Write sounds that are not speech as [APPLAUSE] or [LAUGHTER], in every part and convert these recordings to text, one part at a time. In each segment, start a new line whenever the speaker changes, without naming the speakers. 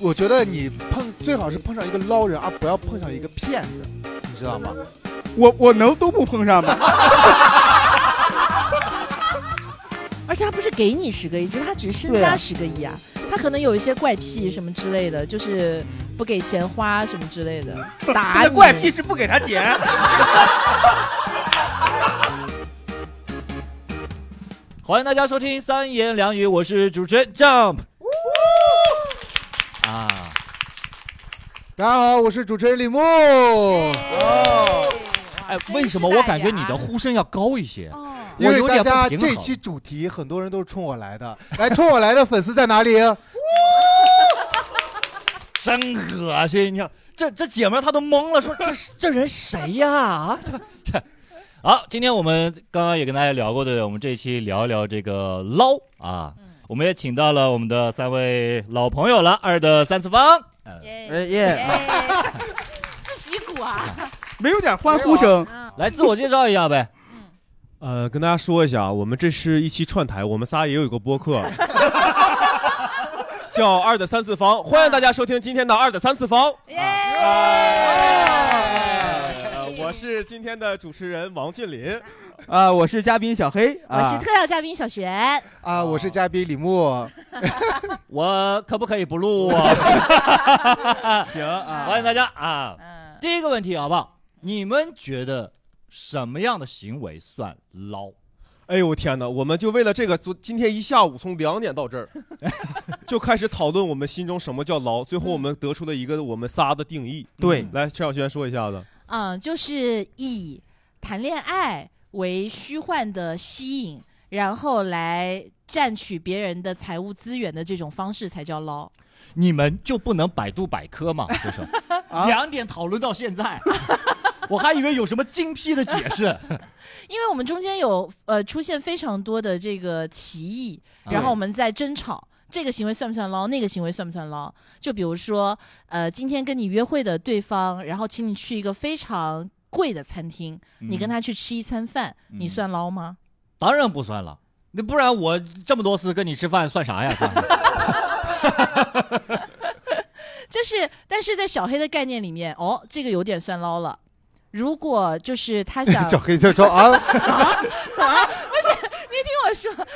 我觉得你碰最好是碰上一个捞人，而不要碰上一个骗子，你知道吗？
我我能都不碰上吗？
而且他不是给你十个亿，只是他只是身
对
加
啊
十个亿啊，他可能有一些怪癖什么之类的，就是不给钱花什么之类
[LAUGHS]
的，打
他
你
的怪癖是不给他钱。
欢迎大家收听《三言两语》，我是主持人 Jump。啊，
大家好，我是主持人李牧。
哦
哦
哎，为什么我感觉你的呼声要高一些？
哦
因
我
为
有
大
点
家
不平衡。
这期主题很多人都是冲我来的，来冲我来的粉丝在哪里？啊
真恶心！你看这这姐们儿她都懵了，说这是这人谁呀？啊，这这 [LAUGHS] 好，今天我们刚刚也跟大家聊过的，我们这一期聊一聊这个捞啊，我们也请到了我们的三位老朋友了，二的三次方，
哎耶，
自习股
[LAUGHS]
啊，嗯
没有点欢呼声，
来自我介绍一下 [LAUGHS] 呗。
呃，跟大家说一下，我们这是一期串台，我们仨也有一个播客， [LAUGHS] 叫《二的三次方》，欢迎大家收听今天的《二的三次方》。
哎
哎
呃，我是今天的主持人王俊林。
啊！我是嘉宾小黑
我是
啊，
特邀嘉宾小璇，
啊，我是嘉宾李牧。
我可不可以不录啊？
行啊，
[LAUGHS] 欢迎大家啊！
嗯
第一个问题好不好？你们觉得什么样的行为算捞？
哎呦我天哪！我们就为了这个，昨今天一下午从两点到这儿， [LAUGHS] 就开始讨论我们心中什么叫牢，最后我们得出了一个我们仨的定义。嗯
对
来，陈小轩说一下子。
嗯，就是以谈恋爱为虚幻的吸引，然后来占取别人的财务资源的这种方式才叫捞。
你们就不能百度百科
[LAUGHS]
吗？就是
啊
两点讨论到现在， [LAUGHS] 我还以为有什么精辟的解释。
因为我们中间有呃出现非常多的这个歧义， [LAUGHS] 然后我们在争吵，这个行为算不算捞？那个行为算不算捞？就比如说，呃，今天跟你约会的对方，然后请你去一个非常贵的餐厅，你跟
嗯
他去吃一餐饭，你
嗯
算捞吗？
当然不算了，那不然我这么多次跟你吃饭算
[LAUGHS]
啥呀？
就是，但是在小黑的概念里面，哦，这个有点算捞了。如果就是他
[LAUGHS]
想
小黑就说啊，
我说，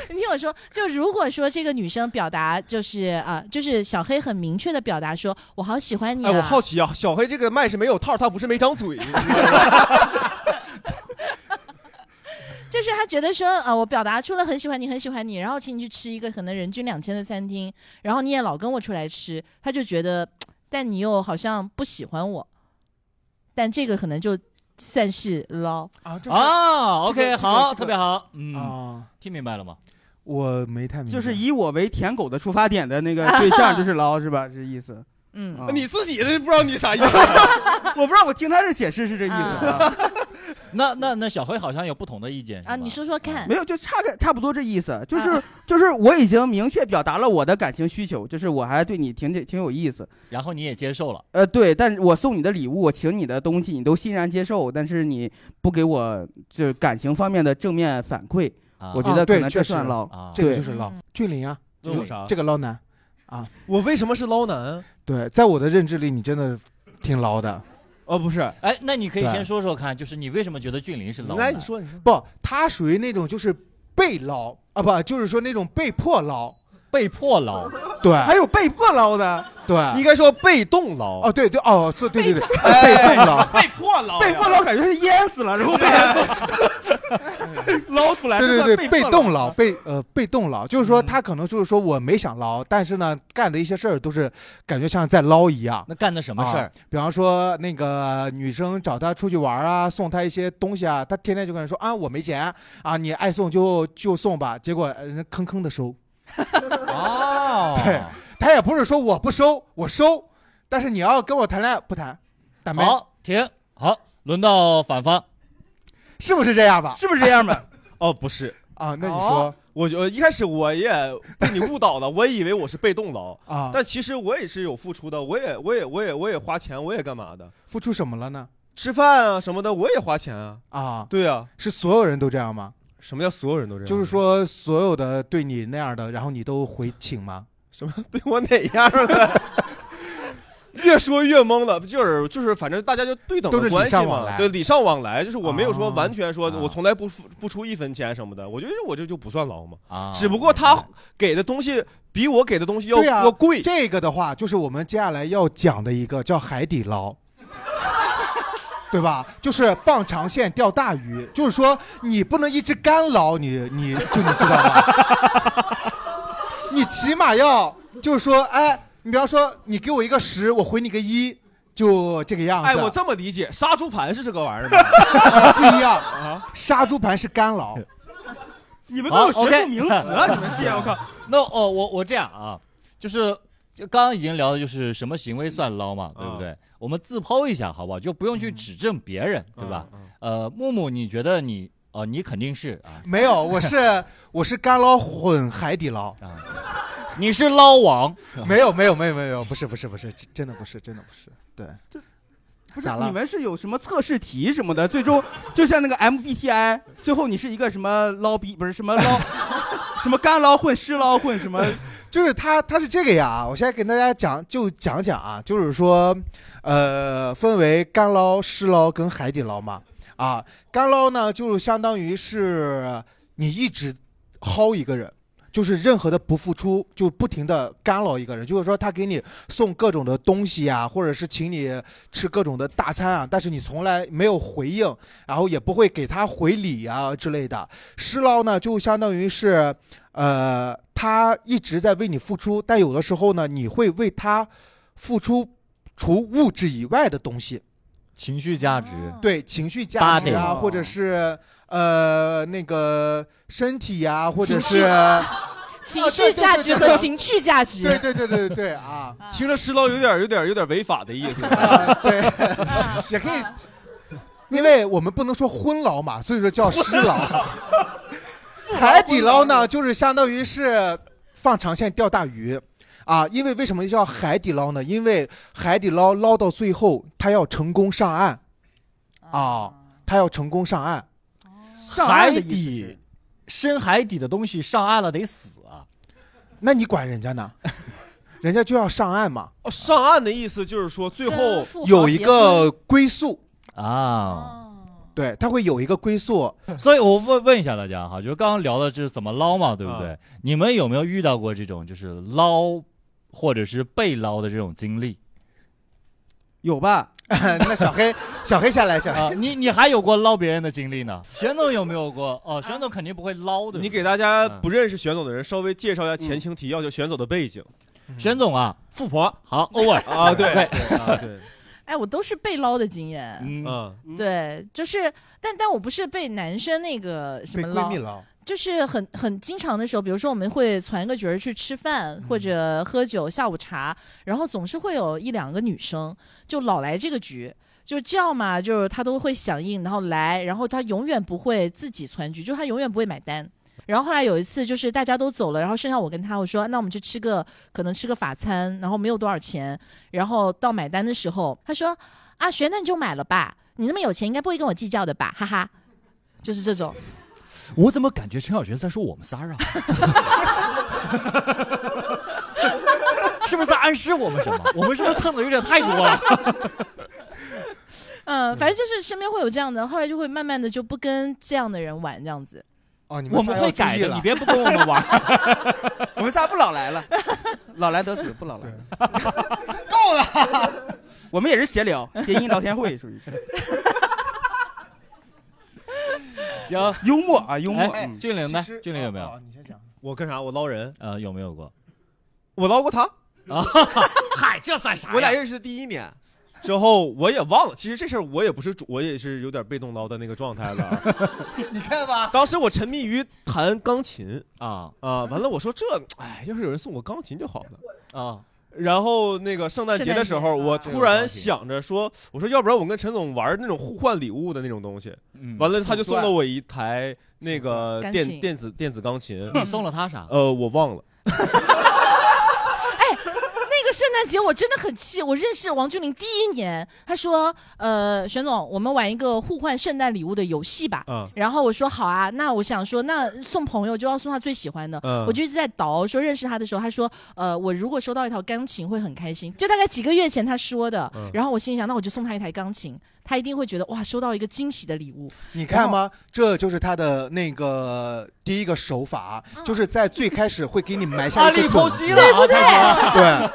你听我说，就如果说这个女生表达就是啊，就是小黑很明确的表达说，我好喜欢你、啊，
哎，我好奇啊，小黑这个麦是没有套，他不是没张嘴。 [LAUGHS]
就是他觉得说，呃，我表达出了很喜欢你，很喜欢你，然后请你去吃一个可能人均两千的餐厅，然后你也老跟我出来吃，他就觉得，但你又好像不喜欢我，但这个可能就算是捞。
啊，这是这
啊
个
，OK，
这个
好，
这个
特别好，嗯，
啊，
听明白了吗？
我没太明白，
就是以我为舔狗的出发点的那个对象就是捞是吧？是意思。
嗯，
啊
你自己的不知道你啥意思。
我不知道，我听他这解释是这意思啊，
那那那小黑好像有不同的意见是
啊，
吧
你说说看啊
没，有，就差个差不多这意思，
嗯
就是就是我已经明确表达了我的感情需求，就是我还对你挺挺挺有意思，
然后你也接受了，
呃，对，但我送你的礼物，我请你的东西，你都欣然接受，但是你不给我就是感情方面的正面反馈，
啊
我觉得
啊对
可能这
确实
算捞。
啊，
这个
对
就是捞
嗯
俊林啊，
问我啥
这个捞男。
我为什么是捞男？啊
对，在我的认知里，你真的挺捞的。
哦，不是，
哎，那你可以
对
先说说看，就是你为什么觉得俊林是老
来
男？
你说，你说。
不，他属于那种就是被捞啊，不，就是说那种被迫捞。
被迫捞，
对
还有被迫捞的，
对
应，该说被动捞。
啊哦，对对哦，是对对对，被动捞。
[LAUGHS] 被迫捞
被迫捞感觉是淹死了，然后被捞出来，
对
这
对对，
算被
哎被
迫
动
捞
捞，
的。
被呃被动捞，就是说他可能就是说我没想捞，但是呢干的一些事儿都是感觉像在捞一样。
那干的什么事儿？
比方说那个女生找他出去玩啊，送他一些东西啊，他天天就跟人说啊我没钱啊，你爱送就就送吧，结果人家吭吭的收，
哦，
对他也不是说我不收，我收，但是你要跟我谈恋爱不谈，打没
好，停，好，轮到反方，
是不是这样吧？
是不是这样吧？
[LAUGHS] 哦，不是，
啊，那你
哦
说
我觉得一开始我也被你误导了，我以为我是被动捞，
啊，
但其实我也是有付出的，我也我也我也我也花钱，我也干嘛的，
付出什么了呢？
吃饭啊什么的我也花钱啊，
啊，
对啊，
是所有人都这样吗？
什么叫所有人都这样？
就是啊说所有的对你那样的，然后你都回请吗？
什么 [LAUGHS] 对我哪样了？ [LAUGHS] 越说越懵了，就是就是，反正大家就对等
都是
的
礼
关系
尚往
嘛，
来
对礼尚往来，就是我没有说
啊
完全说，我从来不付不出一分钱什么的，我觉得我这就不算劳嘛，
啊
只不过他给的东西比我给的东西要
对呀、
要贵，
这个的话，就是我们接下来要讲的一个叫海底捞。 [LAUGHS] 对吧？就是放长线钓大鱼，就是说你不能一直干捞，你你就你知道吗？ [LAUGHS] 你起码要就是说，哎，你比方说你给我一个十，我回你个一，就这个样子。
哎，我这么理解，杀猪盘是这个玩
[LAUGHS]
意儿吗？
啊不一样，
[LAUGHS] 啊，
杀猪盘是干捞，
你们都
哦
有
好
学
，OK
术名词啊，你们这样，我
[LAUGHS]
靠，
那哦，我我这样啊，就是就刚刚已经聊的就是什么行为算捞嘛，对不对？我们自剖一下好不好？就不用去指证别人，对吧？
嗯？嗯
呃，木木，你觉得你呃，你肯定是啊，
没有，我是我是干捞混海底捞，
你是捞王，
没有没有没有没有，不是不是不是，真的不是真的不是，对，
不是
咋了
你们是有什么测试题什么的，最终就像那个 MBTI，最后你是一个什么捞逼，不是什么捞， [LAUGHS] 什么干捞混湿捞混 [LAUGHS] 什么，
就是他他是这个呀，我现在给大家讲就讲讲啊，就是说，呃，分为干捞、湿捞跟海底捞嘛，啊，干捞呢就是相当于是你一直薅一个人。就是任何的不付出，就不停的干扰一个人，就是说他给你送各种的东西啊，或者是请你吃各种的大餐啊，但是你从来没有回应，然后也不会给他回礼啊之类的。施捞呢，就相当于是，呃，他一直在为你付出，但有的时候呢，你会为他付出除物质以外的东西，
嗯
情绪
啊
价值。
对情绪价值啊，
Body
或者是呃那个身体呀、或者
情绪啊
是
情绪价值和情趣价值。
对对对对对对啊。
嗯听着失捞有点有点有点违法的意思，
啊，对，也可以， [LAUGHS] 因为我们不能说昏劳嘛，所以说叫湿劳。
[LAUGHS]
海底捞呢，就是相当于是放长线钓大鱼啊，因为为什么叫海底捞呢？因为海底捞捞到最后，它要成功上岸啊，它要成功上岸。
上岸
海
的意思
底深海底的东西上岸了得死啊！
那你管人家
[LAUGHS]
呢？人家就要上岸嘛，
哦，上岸的意思就是说最后
跟富豪
有一
结婚
个嗯归宿，
啊，
哦
对，他会有一个归宿。
[LAUGHS] 所以我问问一下大家哈，就是刚刚聊的是怎么捞嘛，对不对？你们有没有遇到过这种就是捞或者是被捞的这种经 [LAUGHS] 历
有吧？
[LAUGHS] 那小黑，小黑下来，小黑。
啊？你你还有过捞别人的经历呢？ [LAUGHS] 玄总有没有过？哦，玄总肯定不会捞的。
你给大家
嗯
不认识选总的人稍微介绍一下前情提要，就选总的背景
玄总啊，富婆好 over
啊，对
[LAUGHS] 对
[LAUGHS] 啊对，
哎，我都是被捞的经验，
嗯，
嗯，
对，就是，但但我不是被男生那个什
被
么
闺
捞
蜜，捞，
就是很很经常的时候，比如说我们会攒一个局儿去吃饭或者喝酒、下午茶，然后总是会有一两个女生就老来这个局。就叫嘛，就是她都会响应，然后来，然后她永远不会自己攒局，就她永远不会买单。然后后来有一次，就是大家都走了，然后剩下我跟她，我说那我们去吃个，可能吃个法餐，然后没有多少钱，然后到买单的时候，她说啊，璇，那你就买了吧，你那么有钱，应该不会跟我计较的吧，哈哈，就是这种。
我怎么感觉陈小璇在说我们 [LAUGHS] 仨啊？是不是在暗示我们什么？我们是不是蹭的有点太多了？
嗯，反正就是身边会有这样的，后来就会慢慢的就不跟这样的人玩这样子。
哦，你
我
仨
们
要
会
注
改
意
的，
了
[LAUGHS] 你别不跟我们玩。
我们仨不老来了，老来得子不老来了，够 [LAUGHS] 了，我们也是闲聊，谐音聊天会属于是
行，
幽默啊，幽默。
[LAUGHS] 哎，
嗯
俊玲呢
其实？
俊玲有没
哦
有？
哦你先讲。 [LAUGHS]
我干啥？我捞人，
呃，有没有过？
我捞过他，
嗨，这算啥
我俩认识的第一年。之后我也忘了，其实这事儿我也不是主，我也是有点被动捞的那个状态了 [LAUGHS] 啊。
你看吧，
当时我沉迷于弹钢琴
啊
啊，完了我说这，哎，要是有人送我钢琴就好了。
啊！
然后那个圣诞节的时候，
圣诞节
我
啊
突然想着说，我说要不然我跟陈总玩那种互换礼物的那种东西。
嗯
完了，他就送了我一台那个
钢
电
琴
电子电子钢琴，
呃
呃
你送了他啥？
呃，我忘了。
那个圣诞节我真的很气。我认识王俊霖第一年，他说：“呃，沈总，我们玩一个互换圣诞礼物的游戏吧。
嗯
然后我说：“好啊。”那我想说，那送朋友就要送他最喜欢的。
嗯
我就一直在倒说认识他的时候，他说：“呃，我如果收到一套钢琴会很开心。”就大概几个月前他说的。
嗯
然后我心里想，那我就送他一台钢琴，他一定会觉得哇，收到一个惊喜的礼物。
你
然
看
后
吗？这就是他的那个第一个手法，
嗯
就是在最开始会给你埋下一个种子，
啊利剖析了啊
对，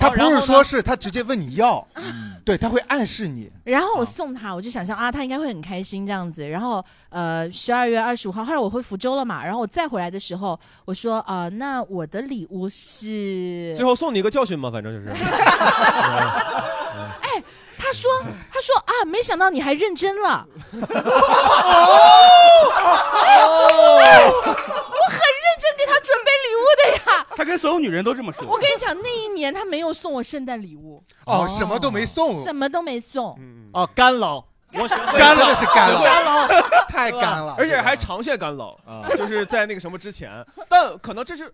他
然
不
后
是
呢
说是他直接问你要，
嗯
对他会暗示你。
然后我送他，我就想象啊，他应该会很开心这样子。然后呃，十二月二十五号，后来我回福州了嘛，然后我再回来的时候，我说啊、呃那我的礼物是，
最后送你一个教训吧，反正就是。
他说他说啊，没想到你还认真了，
哦
哎我很认真给他准备礼物的呀。
他跟所有女人都这么说。
我跟你讲，那一年他没有送我圣诞礼物，
哦，什么都没送
什么都没送。
哦，干捞，我学会
干
了
了是干了，
干了，
太干了
而且还长线干捞
啊，
[LAUGHS] 就是在那个什么之前，但可能这是。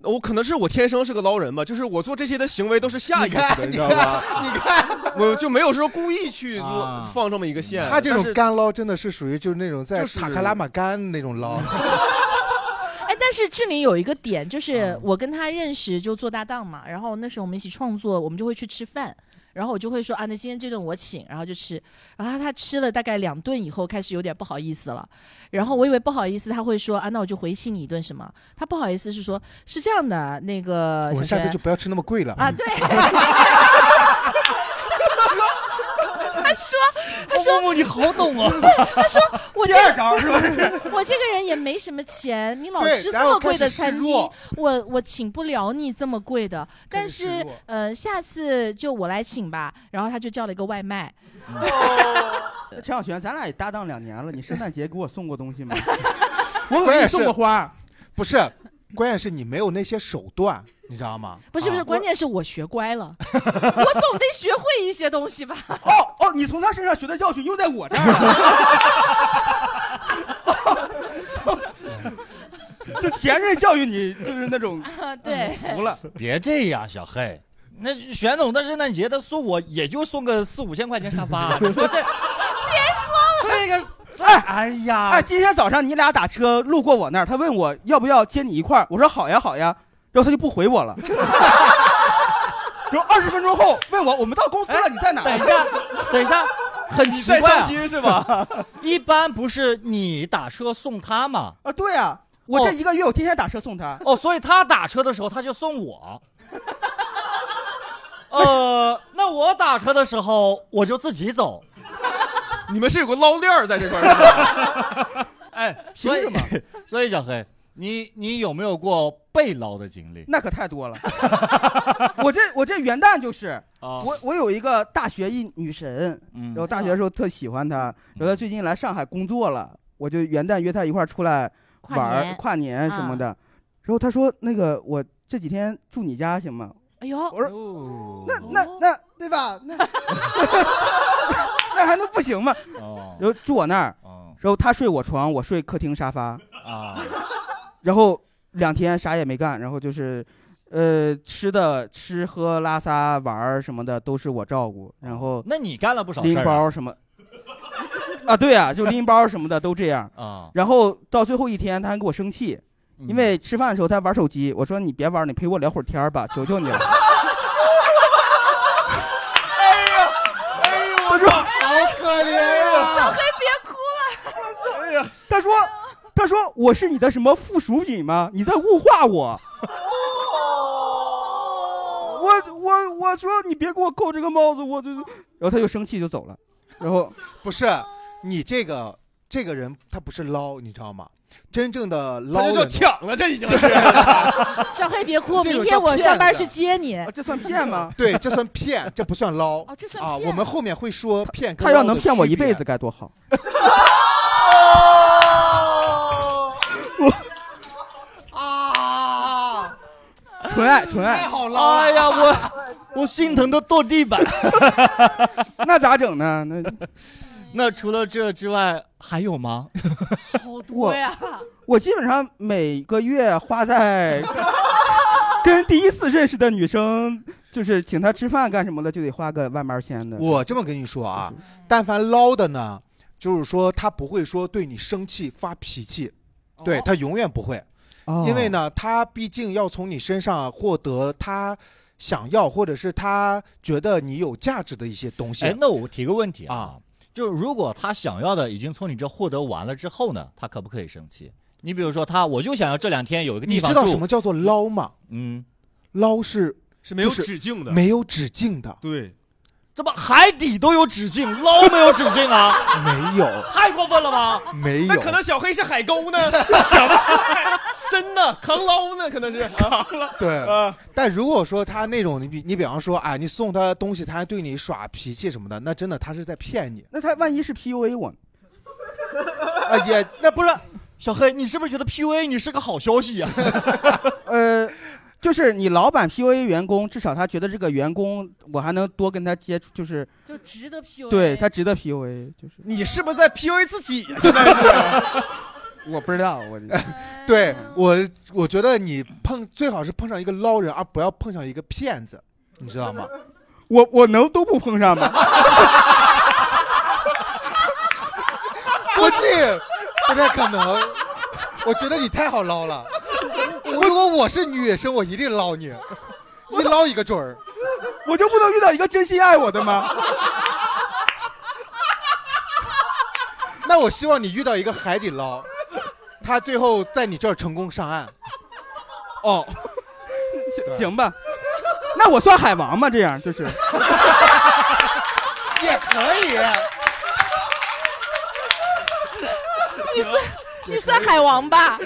我可能是我天生是个捞人吧，就是我做这些的行为都是下意识的，你知道吧？
你看，
我就没有说故意去做
啊
放这么一个线。
他这
但
种
是
干捞真的是属于就是那种在
就是
塔克拉玛干那种捞。
哎，但是俊霖有一个点，
嗯
就是我跟他认识就做搭档嘛，然后那时候我们一起创作，我们就会去吃饭，然后我就会说啊，那今天这顿我请，然后就吃，然后他吃了大概两顿以后，开始有点不好意思了，然后我以为不好意思他会说啊，那我就回请你一顿什么，他不好意思是说，是这样的，那个
我
小
们下次
璇
就不要吃那么贵了
啊，
[LAUGHS]
对。他说：“他说
木木你好懂啊。
他说我这
第二招是不
是？我这个人也没什么钱，你老
对
吃这
然后
么贵的
开始示
餐厅
弱，
我我请不了你这么贵的。但
始示
是
弱
呃，下次就我来请吧。然后他就叫了一个外卖。
那陈小璇，咱俩也搭档两年了，你圣诞节给我送过东西吗？我给你送过花，
不是，关键是你没有那些手段，你知道吗？
不是不是，
啊
关键是我学乖了， [LAUGHS] 我总得学会一些东西吧。 [LAUGHS]
哦哦，你从他身上学的教训用在我这儿了。 [LAUGHS] 就前任教育你，就是那种
啊对，
嗯
服了。
[LAUGHS] 别这样，小黑。那玄总的圣诞节，他送我也就送个四五千块钱沙发， [LAUGHS] 你说这
别
说了，这个哎哎呀，
哎，今天早上你俩打车路过我那儿，他问我要不要接你一块儿，我说好呀好呀，然后他就不回我了。 [LAUGHS] 然后二十分钟后问我我们到公司了，你在哪？
等一下，等一下，很奇怪、啊，
你在相亲是吧？
[LAUGHS] 一般不是你打车送他吗？
啊，对啊，我这一个月我天天打车送他。
哦，所以他打车的时候他就送 [LAUGHS] 我。呃，那我打车的时候我就自己走。
你们是有个捞链儿在这块儿，
哎，凭什么？所以小黑，你你有没有过被捞的经历？
那可太多了。 [LAUGHS] 我这我这元旦就是，
哦
我我有一个大学一女神，
嗯
嗯
然后大学的时候特喜欢
哦
她，然后她最近来上海工作了，我就元旦约她一块儿出来玩
跨
儿
年啊
跨年什么的，然后她说那个我这几天住你家行吗？
哎呦，
我说
哦
那
那那对吧？
[LAUGHS]
那 [LAUGHS] 那还能不行吗？
哦
然后住我那儿，然后她睡我床，我睡客厅沙发。
啊，
然后两天啥也没干，然后就是，呃，吃的吃喝拉撒玩儿什么的都是我照顾，然后
那你干了不少
拎
事儿啊
包什么，啊对啊，就拎包什么的都这样
啊嗯
然后到最后一天，他还跟我生气，因为吃饭的时候他玩手机，我说你别玩，你陪我聊会儿天儿吧，求求你了。他说
好可怜呀！
哎小黑别哭了。
哎呀，他说他说我是你的什么附属品吗？你在物化我。我我我说你别给我扣这个帽子，我就然后他就生气就走了，然后
不是你这个这个人，他不是捞，你知道吗？真正的捞
他就叫
人
抢了，这已经是。
小黑别哭，
这
明
种
天
叫
我
骗
上班
子啊
去接你。
啊这算骗吗？
对，这算骗，这不算捞。
哦，这算
啊，我们后面会说骗跟
他要
捞的
能骗我
区
一
别
辈子该多好。
啊
纯爱纯爱
太 [LAUGHS] 好
了！哎呀， [LAUGHS] 我我心疼的跺地板。
那咋整呢？那
[LAUGHS] 那除了这之外还有吗？
好
多呀！我基本上每个月花在跟第一次认识的女生就是请他吃饭干什么的，就得花个万八千的。
我这么跟你说啊，
嗯
但凡捞的呢，就是说他不会说对你生气发脾气，
哦
对他永远不会，
哦
因为
哦
呢，他毕竟要从你身上获得他想要或者是他觉得你有价值的一些东西。
哎，那我提个问题啊，就是如果他想要的已经从你这获得完了之后呢，他可不可以生气？你比如说他，我就想要这两天有一个
你
地方
知
住，
道什么叫做捞吗？
嗯，
捞是
是没有
就是
止境的
没有止境的，
对，
怎么海底都有止境，捞没有止
[LAUGHS]
境啊？
没
[LAUGHS]
有，
太过分了吧？
没有
那。可能小黑是海沟呢， [LAUGHS] 什么深呢，扛捞呢，可能是扛了。
对，
啊
但如果说他那种，你比你比方说，哎，你送他东西，他还对你耍脾气什么的，那真的他是在骗你
那他万一是 PUA 我呢，
啊！
哎
也
那不是小黑，你是不是觉得 PUA 你是个好消息啊呀、
呃，就是你老板 PUA 员工，至少他觉得这个员工我还能多跟他接触，就是
就值得 PUA。
对他值得 PUA，就是
你是不是在 PUA 自己呀？现在是
我不知道我
[LAUGHS] 对我，我觉得你碰最好是碰上一个捞人，而不要碰上一个骗子，你知道吗？
[LAUGHS] 我我能都不碰上吗？ [LAUGHS]
[LAUGHS] 估计不太可能。我觉得你太好捞了，如果我是女野生，我一定捞你，一捞一个准儿。
我就不能遇到一个真心爱我的吗？
那我希望你遇到一个海底捞，他最后在你这儿成功上岸。
哦，行行吧，那我算海王吗？这样就是，
也可以，
你算海王吧？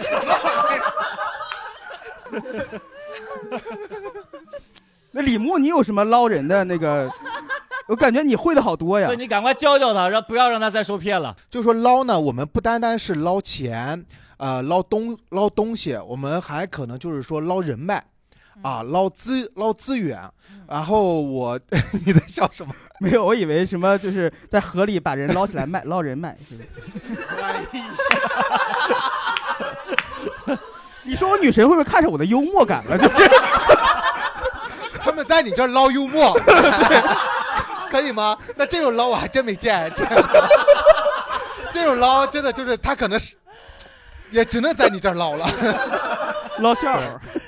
那李牧你有什么捞人的那个？我感觉你会的好多呀
啊
对，。你赶快教教他，让不要让他再受骗了。
就说捞呢，我们不单单是捞钱，呃，捞东捞东西，我们还可能就是说捞人脉，啊，捞资捞资源。然后我， [LAUGHS] 你在笑什么？
[LAUGHS] 没有，我以为什么就是在河里把人捞起来卖，捞人卖。是不是 [LAUGHS] 你说我女神会不会看上我的幽默感了？ [LAUGHS] 就是
他们在你这儿捞幽 [LAUGHS] 默，可以吗？那这种捞我还真没见， [LAUGHS] 见过这种捞真的就是他可能是，也只能在你这儿捞了。
捞笑话，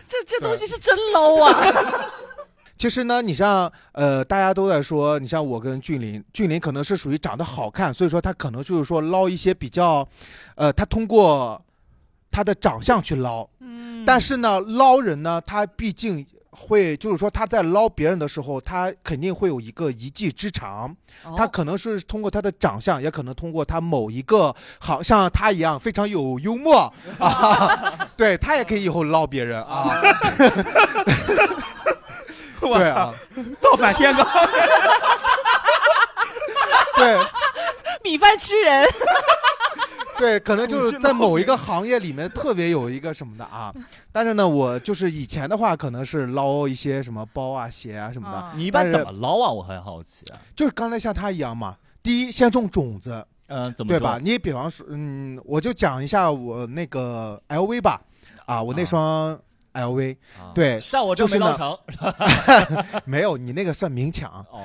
这这
对
东西是真 low
[LAUGHS]
啊！
其实呢，你像呃，大家都在说，你像我跟俊林，俊林可能是属于长得好看，所以说他可能就是说捞一些比较，呃，他通过他的长相去捞，
嗯
[LAUGHS] 但是呢，捞人呢，他毕竟会就是说他在捞别人的时候，他肯定会有一个一技之长，
哦
哦
他可能是通过他的长相，也可能通过他某一个好像他一样非常有幽默
[LAUGHS]
啊，对他也可以以后捞别人啊，
[LAUGHS]
哦
我
对
操
啊，，
造反天罡。
对。啊
米饭吃人，
对，可能就是在某一个行业里面特别有一个什么的啊。但是呢，我就是以前的话，可能是捞一些什么包啊、鞋啊什么的，
啊
你一般
但是
怎么捞啊？我很好奇、啊。
就是刚才像他一样嘛。第一，先种种子，
嗯、怎么
对
说
吧？？你比方说，嗯，我就讲一下我那个 LV 吧，啊，我那
啊
双 LV，、
啊，
对，
在我这
就是
没
呢 [LAUGHS]
捞成。啊
没有你那个算明抢，
哦，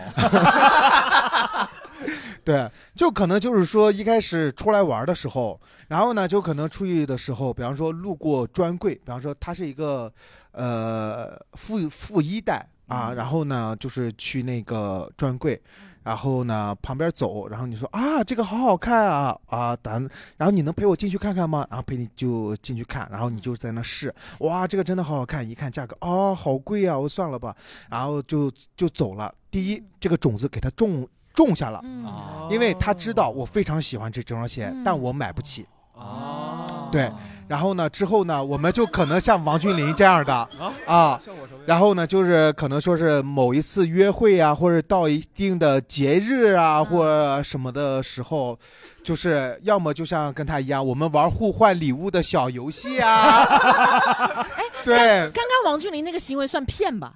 [LAUGHS] 对，就可能就是说一开始出来玩的时候，然后呢，就可能出去的时候，比方说路过专柜，比方说他是一个呃富富一代啊，
嗯
然后呢就是去那个专柜，然后呢旁边走，然后你说啊这个好好看啊啊，咱然后你能陪我进去看看吗？然后陪你就进去看，然后你就在那试，哇这个真的好好看，一看价格啊好贵啊，我算了吧，然后就就走了。第一，这个种子给它种种下了。
啊
因为他知道我非常喜欢这这双鞋，
嗯
但我买不起。
哦
对然后呢，之后呢，我们就可能像王俊林这样的啊，
像我什么
然后呢，就是可能说是某一次约会啊，或者到一定的节日啊，
嗯
或者什么的时候，就是要么就像跟他一样，我们玩互换礼物的小游戏啊，
[LAUGHS]
[LAUGHS] 对，
刚刚王俊林那个行为算骗
[LAUGHS]
吧？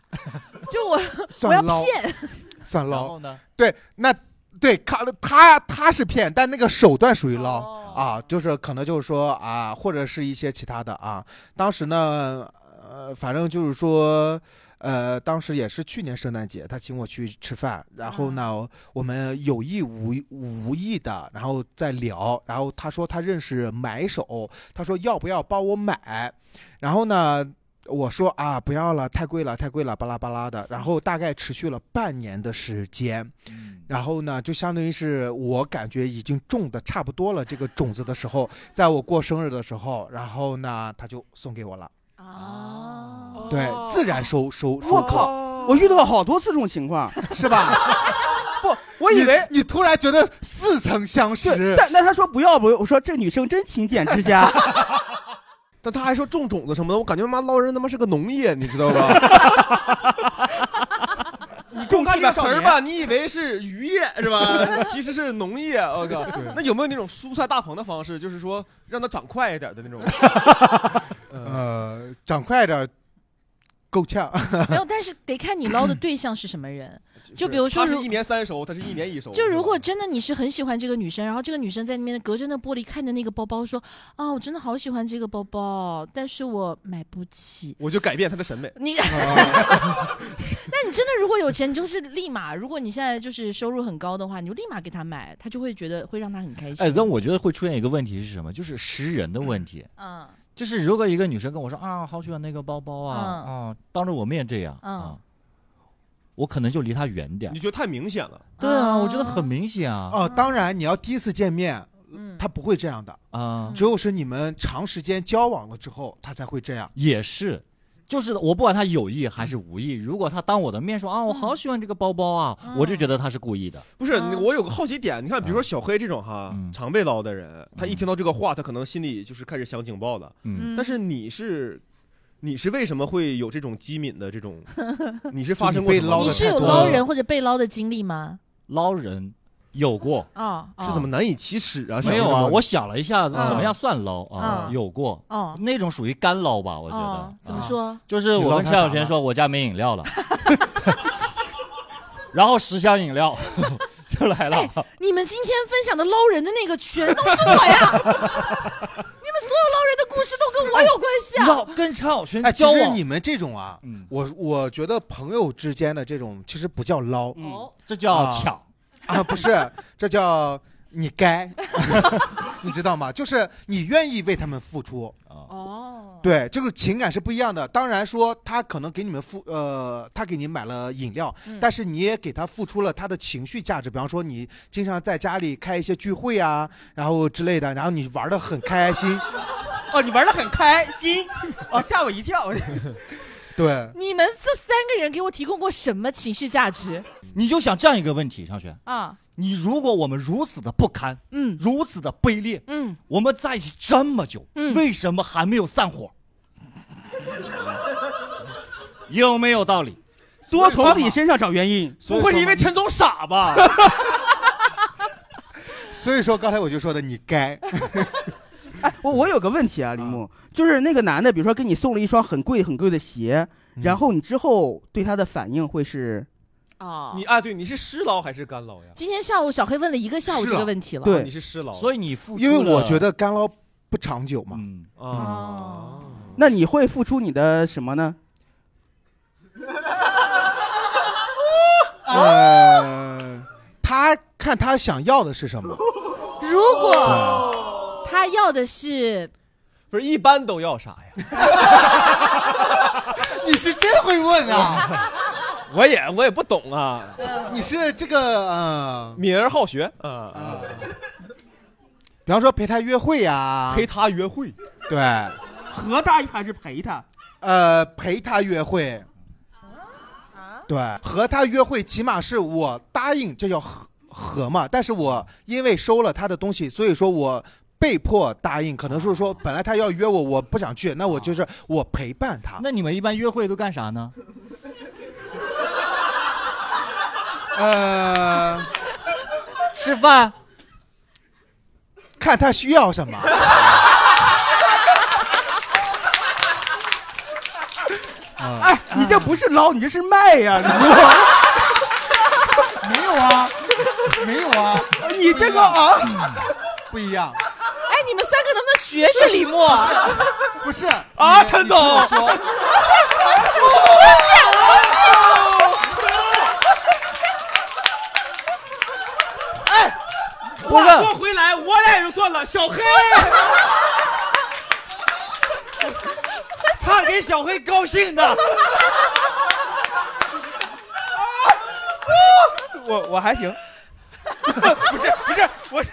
就我我要
算捞，
骗，
算
然
捞，
后呢？
对，那对他他他是骗，但那个手段属于捞。
哦
啊，就是可能就是说啊，或者是一些其他的啊。当时呢，呃，反正就是说，呃，当时也是去年圣诞节，他请我去吃饭，然后呢，我们有意无意无意的，然后在聊，然后他说他认识买手，他说要不要帮我买，然后呢。我说啊，不要了，太贵了，太贵了，巴拉巴拉的。然后大概持续了半年的时间，
嗯
然后呢，就相当于是我感觉已经种的差不多了这个种子的时候，在我过生日的时候，然后呢，他就送给我了。
啊
哦，对，自然收收收获，
我靠，我遇到好多次这种情况，
是吧？
不，我以为
你你突然觉得似曾相识
对，，但但他说不要不要，我说这女生真勤俭持家，
但他还说种种子什么的，我感觉他妈捞人他妈是个农业，你知道吧？
你
种
种
地
地吧
把词儿吧，，你以为是渔业
[LAUGHS]
是吧？其实是农业，我靠！那有没有那种蔬菜大棚的方式，就是说让它长快一点
[LAUGHS]
的那种？嗯
呃，长快点儿够呛。
啊
没有，但是得看你捞的对象是什么人。
是
比如说
它是
如
一年三熟，它是一年一熟。
就是
吧
如果真的你是很喜欢这个女生，然后这个女生在那边隔着那玻璃看着那个包包说：“啊，我真的好喜欢这个包包，但是我买不起。
我就改变他的审美”，
你，那你真的如果有钱，你就是立马；如果你现在就是收入很高的话，你就立马给她买，她就会觉得会让她很开心。
哎，但我觉得会出现一个问题是什么？就是识人的
[CLEARS THROAT]
问题。
嗯，
就是如果一个女生跟我说啊，好喜欢那个包包
嗯
啊，啊，当着我面这样
嗯
啊，我可能就离她远点儿
你。觉得太明显了。
对啊，我觉得很明显啊
嗯哦，当然你要第一次见面，
嗯
他不会这样的，
啊，
只有是你们长时间交往了之后，他才会这样。
也是。就是我不管她有意还是无意，
嗯
如果她当我的面说啊，我好喜欢这个包包啊，我就觉得她是故意的。
不是，
嗯
你我有个好奇点，你看，比如说小黑这种哈
嗯
常被捞的人，他一听到这个话，他可能心里就是开始想警报了。
嗯，
嗯
但是你是，你是为什么会有这种机敏的这种？
[LAUGHS]
你是发生过
就你
什么
被捞
你
得
是
太
有
多
捞
了
人或者被捞的经历吗？
捞人有过，
哦，哦
是怎么难以启齿啊？
没有啊？
小黑这种
我想了一下，怎
嗯
么样算捞啊？
嗯
有过，
哦
那种属于干捞吧，我觉
哦
得。，
怎么
啊
说？
就是我跟夏小泉说我家没饮料了， [LAUGHS] 然后十箱饮料 [LAUGHS] 就来了。
你们今天分享的捞人的那个全都是
[LAUGHS]
我呀！你们所有捞人的故事都跟我有关系啊！
要跟陈小泉
哎，其
交
实
往，
你们这种啊，
嗯
我我觉得朋友之间的这种其实不叫捞、
嗯
哦，
这叫
啊
抢。
啊，不
[LAUGHS]
是，这叫你该， [LAUGHS] 你知道吗？就是你愿意为他们付出，
啊，
哦，
对，这个情感是不一样的。当然说他可能给你们付，呃，他给你买了饮料，
嗯
但是你也给他付出了他的情绪价值，比方说你经常在家里开一些聚会啊，然后之类的，然后你玩的很开
[LAUGHS]
心，
哦，你玩的很开心，哦，吓我一跳， [LAUGHS]
对。
你们这三个人给我提供过什么情绪价值
你就想这样一个问题，陈小泉，
啊？
你如果我们如此的不堪，
嗯
如此的卑劣，
嗯，
我们在一起这么久，
嗯
为什么还没有散伙？有没有道理？
多从自己身上找原因。
所以
不会是
说
因为陈总傻吧？
所以说刚才我就说的你该，
哎，我我有个问题啊，李牧，就是那个男的，比如说给你送了一双很贵很贵的鞋，然后你之后对他的反应会是，
哦
你，啊，对，你是湿捞还是干捞呀？哦
今天下午小黑问了一个下午
是
这
啊
个问题了。
对
你是湿捞，
所以你付出
因为我
了
觉，得干捞不长久嘛。
嗯，
啊，
哦，
那你会付出你的什么呢？
啊
呃，他看他想要的是什么，
如果他要的是
不是一般都要啥呀？
[LAUGHS] 你是真会问啊！
我也我也不懂啊，
你是这个呃，
敏而好学啊，
比方说陪他约会呀、
陪他约会，
对，
和他还是陪他？
呃，陪他约会，对，和他约会，起码是我答应，这叫和和嘛。但是我因为收了他的东西，所以说我。被迫答应，可能是说本来他要约我，我不想去，那我就是我陪伴他。
那你们一般约会都干啥呢？
呃，
吃饭。
看他需要什么。
哎，你这不是捞，你这是卖呀、李牧
没有啊，没有啊，
你这个 [LAUGHS] 啊，
不一样。
哎，你们三个能不能学学李默？
[LAUGHS] 不是
啊
你
陈
你
总
听我说，
不是，我
小黑，
他给小黑高兴的。
我我还行，
不是不是，我是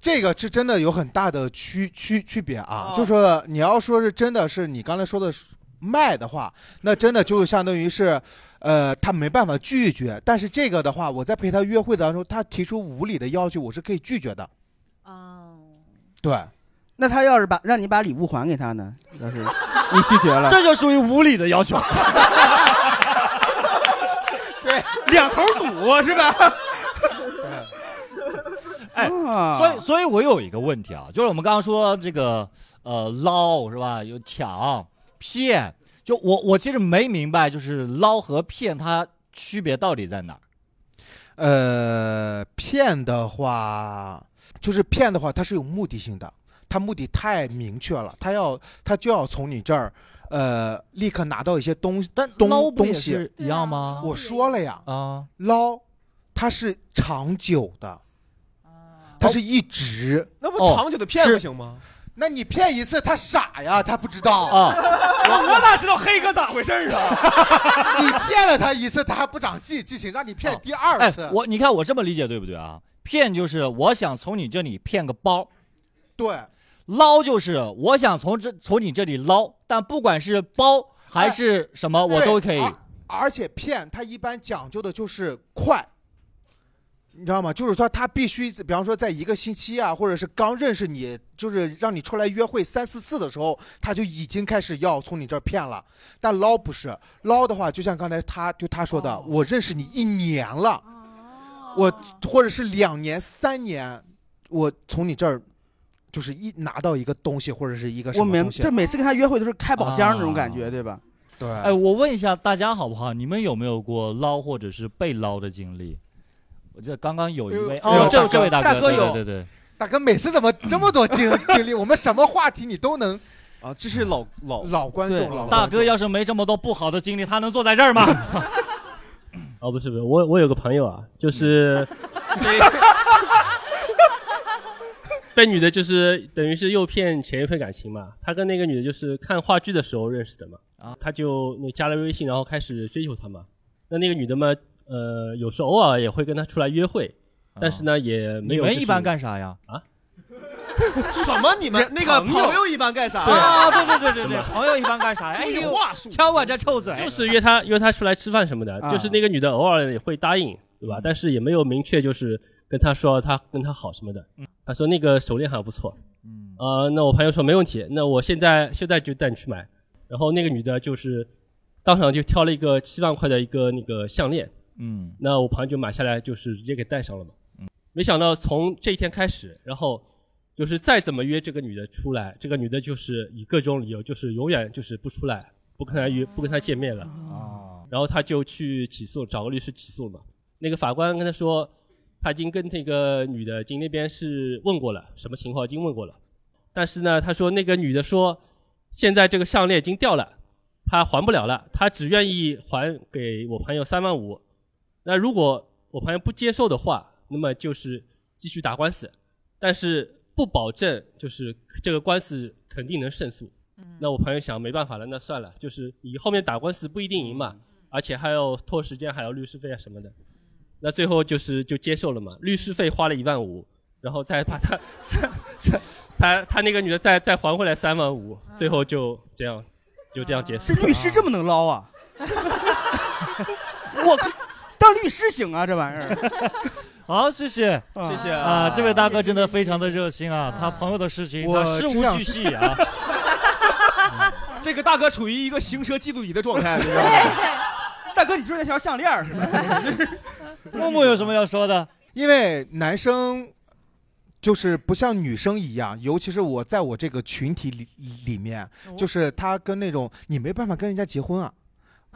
这个是真的有很大的区区区别啊，就说你要说是真的是你刚才说的是卖的话，那真的就相当于是，呃，他没办法拒绝。但是这个的话，我在陪他约会当中，他提出无理的要求，我是可以拒绝的。哦，
哦
对，
那他要是把让你把礼物还给他呢？要是你拒绝了，
这就属于无理的要求。
啊对，
两头堵是吧？
哎，
啊
所以所以我有一个问题啊，就是我们刚刚说这个呃捞是吧？有抢骗，就我我其实没明白，就是捞和骗它区别到底在哪儿？
呃，骗的话，就是骗的话，它是有目的性的，它目的太明确了，它要它就要从你这儿，呃，立刻拿到一些东西，但
捞
东
不也
东西
是一样吗？
我说了呀，
啊，
捞它是长久的，
哦
它是一直，
[LAUGHS] 那不
哦
长久的骗不行 [LAUGHS] 吗？
那你骗一次他傻呀，他不知道
啊
我我哪知道黑哥咋回事儿啊？
你骗了他一次，他还不长记记性，让你骗第二
哎
次，，
我你看我这么理解对不对啊？骗就是我想从你这里骗个包，
对。
捞就是我想从这从你这里捞，但不管是包还是什么，我
对
都可以。
而而且骗他一般讲究的就是快，你知道吗？就是说他必须，比方说在一个星期啊，或者是刚认识你，就是让你出来约会三四次的时候，他就已经开始要从你这儿骗了。但捞不是捞的话，就像刚才他就他说的，
哦
我认识你一年了，我或者是两年、三年，我从你这儿。就是一拿到一个东西或者是一个什
我
么
明
东西
这，每次跟他约会都是开宝箱那种感觉，对吧？
对，
哎，我问一下大家好不好？你们有没有过捞或者是被捞的经历？我记得刚刚有一位，
哎呦
哦，
大
这
哥
这位
大
哥，
哥
对
有
对对对，
大哥，每次怎么这么多经经历？ [LAUGHS] 我们什么话题你都能
[LAUGHS] 啊，这是老老
老观
对
众老
大
观
哥
众
要是没这么多不好的经历，他能坐在这儿吗？
哦，不是不是，我我有个朋友啊，就是、
嗯 [LAUGHS]
被女的，就是等于是诱骗前一份感情嘛。他跟那个女的就是看话剧的时候认识的嘛，啊，他就那加了微信，然后开始追求她嘛。那那个女的嘛，呃，有时候偶尔也会跟他出来约会， [LAUGHS] 但是呢，也
啊
没
你
有、
们一般干啥呀？
什么？你们那个朋友一般干啥？
啊，对对对对对，
什么
朋友一般干啥呀？哎
这
呦
个，话术
瞧我这臭嘴，
就是约他约他出来吃饭什么的，
啊
就是那个女的偶尔也会答应，对吧？但是也没有明确就是跟他说他跟他好什么的。他说那个手链还不错，
嗯
呃，那我朋友说没问题，那我现在现在就带你去买。然后那个女的就是当场就挑了一个七万块的一个那个项链，
嗯，
那我朋友就买下来，就是直接给戴上了嘛。没想到从这一天开始，然后就是再怎么约这个女的出来，这个女的就是以各种理由，就是永远就是不出来，不跟她约，不跟她见面了。
哦，
然后他就去起诉，找个律师起诉嘛。那个法官跟他说，他已经跟那个女的已经那边是问过了，什么情况已经问过了。但是呢，他说那个女的说，现在这个项链已经掉了，她还不了了，她只愿意还给我朋友三万五。那如果我朋友不接受的话，那么就是继续打官司，但是不保证就是这个官司肯定能胜诉。那我朋友想没办法了，那算了，就是你后面打官司不一定赢嘛，而且还要拖时间，还要律师费啊什么的。那最后就是就接受了嘛，律师费花了一万五，然后再把他 [LAUGHS] 三三他他那个女的再再还回来三万五，最后就这样就这样结束
这。律师这么能捞 [LAUGHS] 啊！我靠当律师行啊，这玩意儿。
好，谢谢。
谢谢
啊，这位大哥
谢谢
真的非常的热心啊，他朋友的事情
我
他事
这
无
样
巨细啊。 [LAUGHS]
这个大哥处于一个行车记录仪的状态，你知道吗？
[LAUGHS] 大哥，你说那条项链儿是 [LAUGHS] 吧？
木木有什么要说的？
因为男生就是不像女生一样，尤其是我在我这个群体里里面，
哦
就是他跟那种你没办法跟人家结婚啊，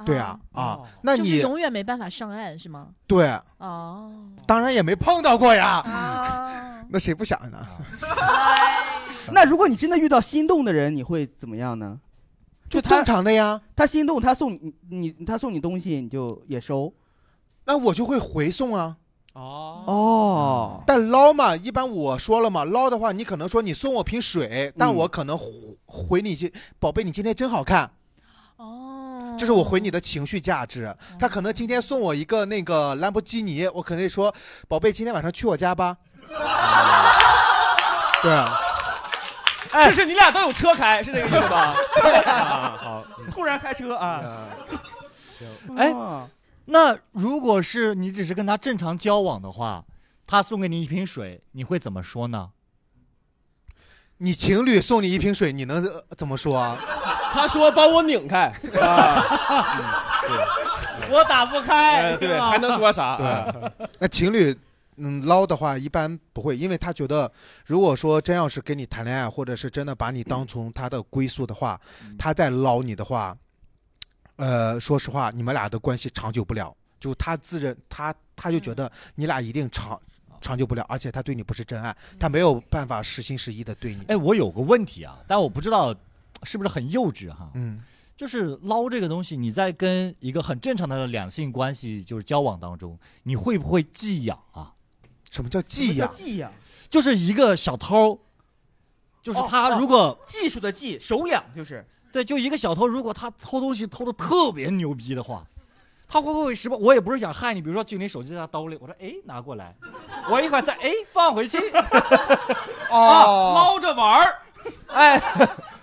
对啊，
哦
啊，那
就是
你
永远没办法上岸是吗？
对，
哦，
当然也没碰到过呀，
啊，
那谁不想呢？
那如果你真的遇到心动的人，你会怎么样呢？
就
他
正常的呀。
他心动，他送你你他送你东西，你就也收。
那我就会回送啊，
哦
哦，
但捞嘛，一般我说了嘛，捞的话，你可能说你送我瓶水，但我可能回回你一句，宝贝，你今天真好看。哦，这是我回你的情绪价值。他可能今天送我一个那个兰博基尼，我可能说，宝贝，今天晚上去我家吧。对，
这是你俩都有车开，是这个意思吧？啊好，
突然开车啊！
哎，
哦
那如果是你只是跟他正常交往的话，他送给你一瓶水，你会怎么说呢？
你情侣送你一瓶水，你能呃怎么说啊？
他说帮我拧开，
我打不开
啊哎对还能说啥？
对，那情侣嗯捞的话，一般不会，因为他觉得，如果说真要是跟你谈恋爱，或者是真的把你当成他的归宿的话，他再捞你的话，呃，说实话，你们俩的关系长久不了。就他自认他他就觉得你俩一定长长久不了，而且他对你不是真爱，他没有办法实心实意的对你。
哎，我有个问题啊，但我不知道是不是很幼稚哈。
嗯，
就是捞这个东西，你在跟一个很正常的两性关系就是交往当中，你会不会寄养啊？
什么叫寄养？
技呀，
就是一个小偷，就是他如果、
技术的技，手痒就是。
对，就一个小偷，如果他偷东西偷的特别牛逼的话，他会不会什么？我也不是想害你，比如说就你手机在他兜里，我说哎拿过来，我一会儿再哎放回去，
哦，
着玩儿，
哎，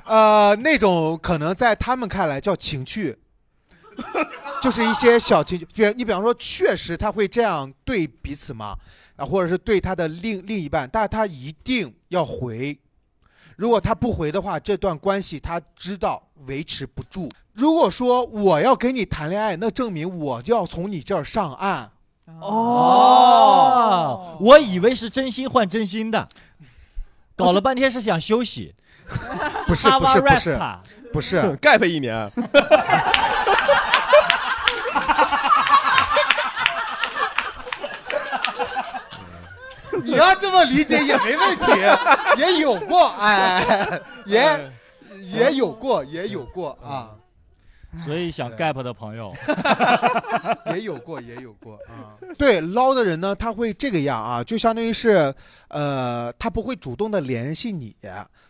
呃，那种可能在他们看来叫情趣，就是一些小情趣。比你比方说，确实他会这样对彼此嘛，啊，或者是对他的另另一半，但是他一定要回。如果他不回的话，这段关系他知道维持不住。如果说我要跟你谈恋爱，那证明我就要从你这儿上岸。
哦，我以为是真心换真心的，搞了半天是想休息，
不是不是不是
Avaresta
不是，
嗯盖被一年，
[LAUGHS] 你要这么理解也没问题， [LAUGHS] 也有过，哎， [LAUGHS]
嗯
也 [LAUGHS] 也有过，也有过啊。
所以想 gap 的朋友，
也有过， [LAUGHS] 也有过啊。对，捞的人呢，他会这个样啊，就相当于是，呃，他不会主动的联系你，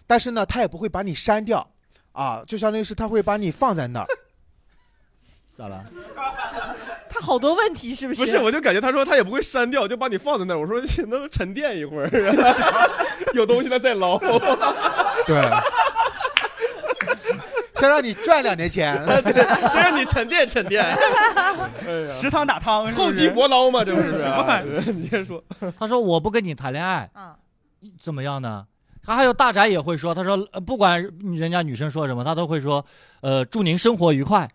但是呢，他也不会把你删掉，啊，就相当于是他会把你放在那儿。
咋了？
他好多问题是不是？
不是，我就感觉他说他也不会删掉，就把你放在那儿。我说你能沉淀一会 [LAUGHS] 儿，有东西了再 [LAUGHS] 捞。
对， [LAUGHS] 先让你赚两年钱。
对，先让你沉淀沉淀，
食堂打汤，
厚积薄捞嘛，这不是？啊
什么玩意
对你先说，
[LAUGHS] 他说我不跟你谈恋爱，
嗯，
怎么样呢？他还有大宅也会说，他说、呃不管人家女生说什么，他都会说，呃，祝您生活愉快，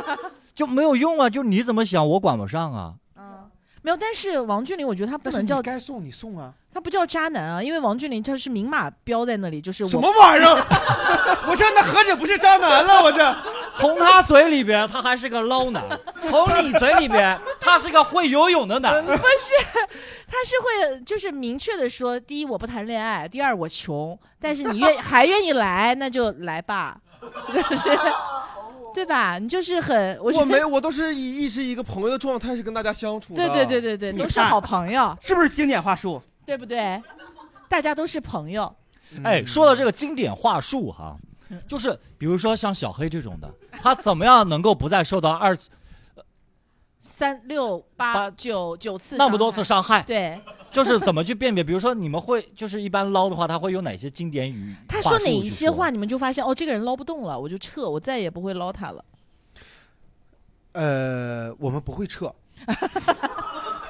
[LAUGHS] 就没有用啊，就你怎么想我管不上啊。
嗯，没有。但是王俊霖，我觉得他不
但是
能
你
叫
该送你送啊，
他不叫渣男啊，因为王俊霖他是明码标在那里，就是
什
我
么玩意儿？ [LAUGHS] 我这那何止不是渣男了，我这。
从他嘴里边，他还是个捞男；从你嘴里边，他是个会游泳的男。
他是会就是明确的说，第一我不谈恋爱，第二我穷，但是你愿还愿意来，那就来吧， [LAUGHS] 就是对吧？你就是很，我觉
我
得
没，我啊都是以一直一个朋友的状态是跟大家相处的。
对对对对对，
你
都是
看
好朋友，
是不是经典话术？
对不对？大家都是朋友，
嗯
哎，说到这个经典话术哈，就是比如说像小黑这种的，他怎么样能够不再受到二次
三六八
八
九九次
那么多
伤
次
害，
伤害？
对，
就是怎么去辨别？比如说你们会就是一般捞的话，他会有哪些经典语？
他
话
说
术
哪一
去
些话，你们就发现哦，这个人捞不动了，我就撤，我再也不会捞他了。
呃，我们不会撤，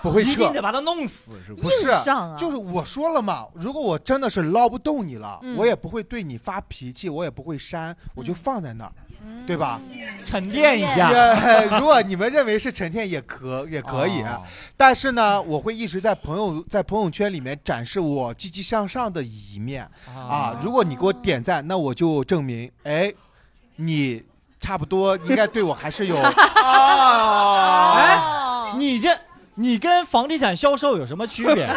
不会
一
撤
定得。把他弄死，是不是？
不是
硬上啊，
就是我说了嘛，如果我真的是捞不动你了，
嗯
我也不会对你发脾气，我也不会删，我就放在那儿，
嗯
对吧？
沉淀一
啊
下。
也 [LAUGHS] 如果你们认为是沉淀也可也可以，
哦
但是呢，我会一直在朋友在朋友圈里面展示我积极向上的一面
哦
啊。如果你给我点赞，那我就证明，哎，你差不多应该对我还
[LAUGHS]
是有
啊，
哎，
你这你跟房地产销售有什么区别？ [LAUGHS]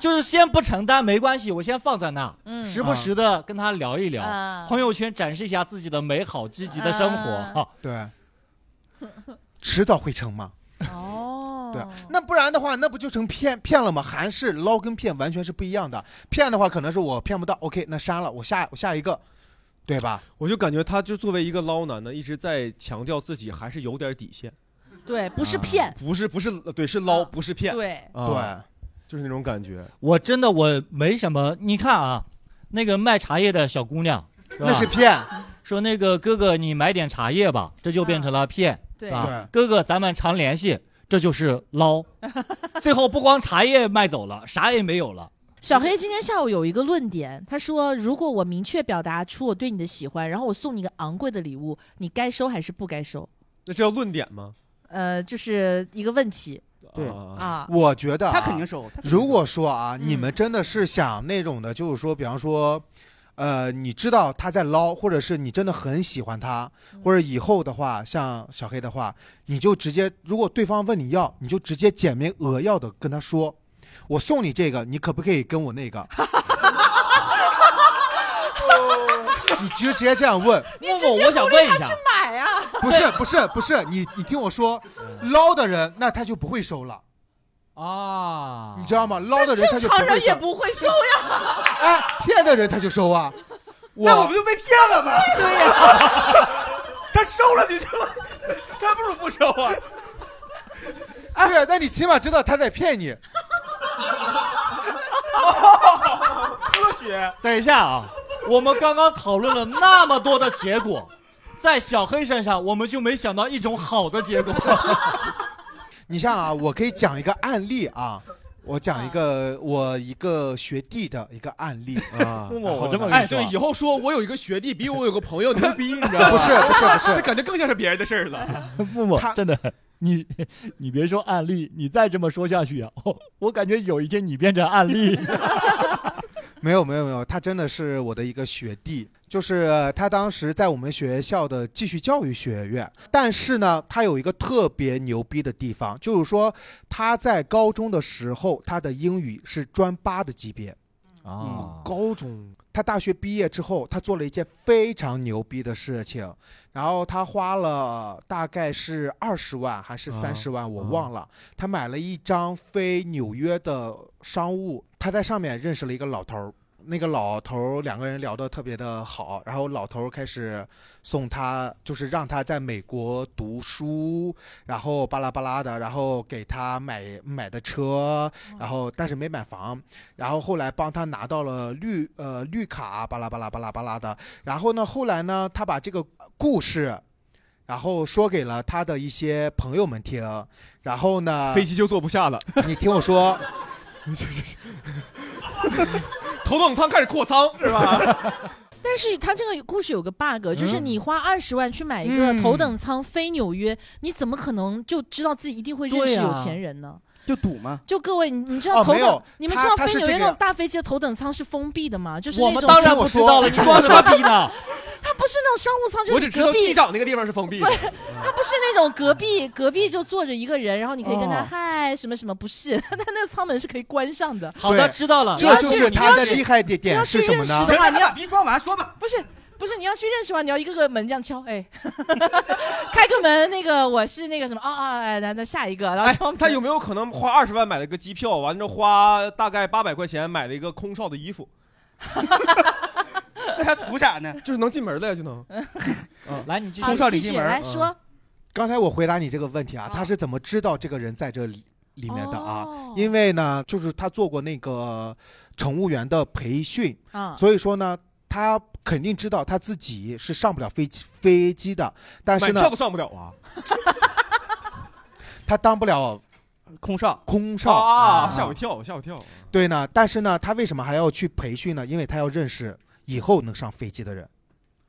就是先不承担没关系，我先放在那，
嗯
时
啊
不时的跟他聊一聊，
啊
朋友圈展示一下自己的美好、积极的生活。
啊
对，迟早会成嘛。
哦，
对啊，那不然的话，那不就成骗骗了吗？韩式捞跟骗完全是不一样的。骗的话，可能是我骗不到，OK，那删了，我下我下一个，对吧？
我就感觉他就作为一个捞男呢，一直在强调自己还是有点底线，
对，不是骗，
不是不是对，是捞，不是骗，
对
啊，就是那种感觉。
我真的我没什么，你看啊，那个卖茶叶的小姑娘，吧
那是骗，
说那个哥哥你买点茶叶吧，这就变成了骗，
对
吧？啊哥哥咱们常联系，这就是 [LAUGHS] 捞，最后不光茶叶卖走了，啥也没有了。
小黑今天下午有一个论点，他说：“如果我明确表达出我对你的喜欢，然后我送你一个昂贵的礼物，你该收还是不该收
那这叫论点吗？？”
呃，就是一个问题。
对
啊，
我觉得、啊、
他肯定收他
[LAUGHS]
肯定收
如果说啊，你们真的是想那种的，就是说，比方说，呃，你知道他在捞，或者是你真的很喜欢他，或者以后的话，像小黑的话，你就直接，如果对方问你要，你就直接简明扼要的跟他说，我送你这个，你可不可以跟我那个？ [LAUGHS] 你直接这样问，
默默，我想问一下，
买呀、
不是不是不是，你你听我 [LAUGHS] 说，捞的人那他就不会收了。
啊，
你知道吗？捞的人他就不会收，
不会收呀。
哎，骗的人他就收啊。
那我
我
不就被骗了吗？ [LAUGHS] 对呀， [LAUGHS] 他收了就 [LAUGHS] 就，他不如不收啊。
对啊，那你起码知道他在骗你。
科学，
等一下啊，我们刚刚讨论了那么多的结果，在小黑身上我们就没想到一种好的结果。
你像啊，我可以讲一个案例啊，我讲一个我一个学弟的一个案例
啊
默默我这么
哎，对，以后说我有一个学弟比我有个朋友牛逼，你知道
啊
吗？
不
[LAUGHS]
是不是不是
这感觉更像是别人的事儿了。
木木，真的，你你别说案例，你再这么说下去啊，我我感觉有一天你变成案例。
没有没有没有，他真的是我的一个学弟，就是他当时在我们学校的继续教育学院，但是呢，他有一个特别牛逼的地方，就是说他在高中的时候，他的英语是专八的级别。
[LAUGHS] 啊，
高中
他大学毕业之后，他做了一件非常牛逼的事情，然后他花了大概是二十万还是三十万，我忘了。他买了一张飞纽约的商务，他在上面认识了一个老头儿。那个老头儿两个人聊得特别的好，然后老头儿开始送他，就是让他在美国读书，然后巴拉巴拉的，然后给他买买的车，然后但是没买房，然后后来帮他拿到了绿呃绿卡，巴拉巴拉巴拉巴拉的。然后呢，后来呢，他把这个故事，然后说给了他的一些朋友们听。然后呢，
飞机就坐不下了，
你听我
[LAUGHS]
说，
头等舱开始扩仓 [LAUGHS] 是吧？
但是他这个故事有个 bug，就是你花二十万去买一个头等舱飞纽约，你怎么可能就知道自己一定会认识
对啊
有钱人呢？
就赌嘛。
就各位，你你知道
哦
头
没
等、
有
你们
他
知道
他
飞
是
纽
这
约
个
那种大飞机的头等舱是封闭的吗？就是
我
那
们
种
当然不知道了，你装什
[LAUGHS]
么逼呢？
它不是那种商务舱，就
我
是你
只知道
隔
机
壁，
长那个地方是封闭 [LAUGHS] 的。
它不是那种隔壁隔壁就坐着一个人，然后你可以跟他
哦
嗨什么什么，不是， [LAUGHS] 他那个舱门是可以关上的。
好的，
对
知道了。
这就
去
是
你
他
要
的
去
厉害的点
要
是
去
什么
认
呢
识的？话你要
别装完说吧。
不是不是，你要去认识完，你要一个个门这样敲，哎， [LAUGHS] 开个门，那个我是那个什么，哦哦，哎，那那下一个，然后
哎
敲门、，
他有没有可能花二十万买了个机票，完之后花大概八百块钱买了一个空少的衣服，
那他赌啥呢？
[LAUGHS] 就是能进门的呀，就能。
嗯来，你继
好
续。
少
继
里进
续
门
来
嗯
说，
刚才我回答你这个问题啊，
啊
他是怎么知道这个人在这里里面的啊？
哦
因为呢，就是他做过那个乘务员的培训，
啊，
所以说呢，他肯定知道他自己是上不了飞机飞机的，但
买
是
票
呢
都，上不了啊！
他当不了
空少，
空少
哦
啊，
啊
吓我一跳，吓我一跳！
对呢，但是呢，他为什么还要去培训呢？因为他要认识以后能上飞机的人。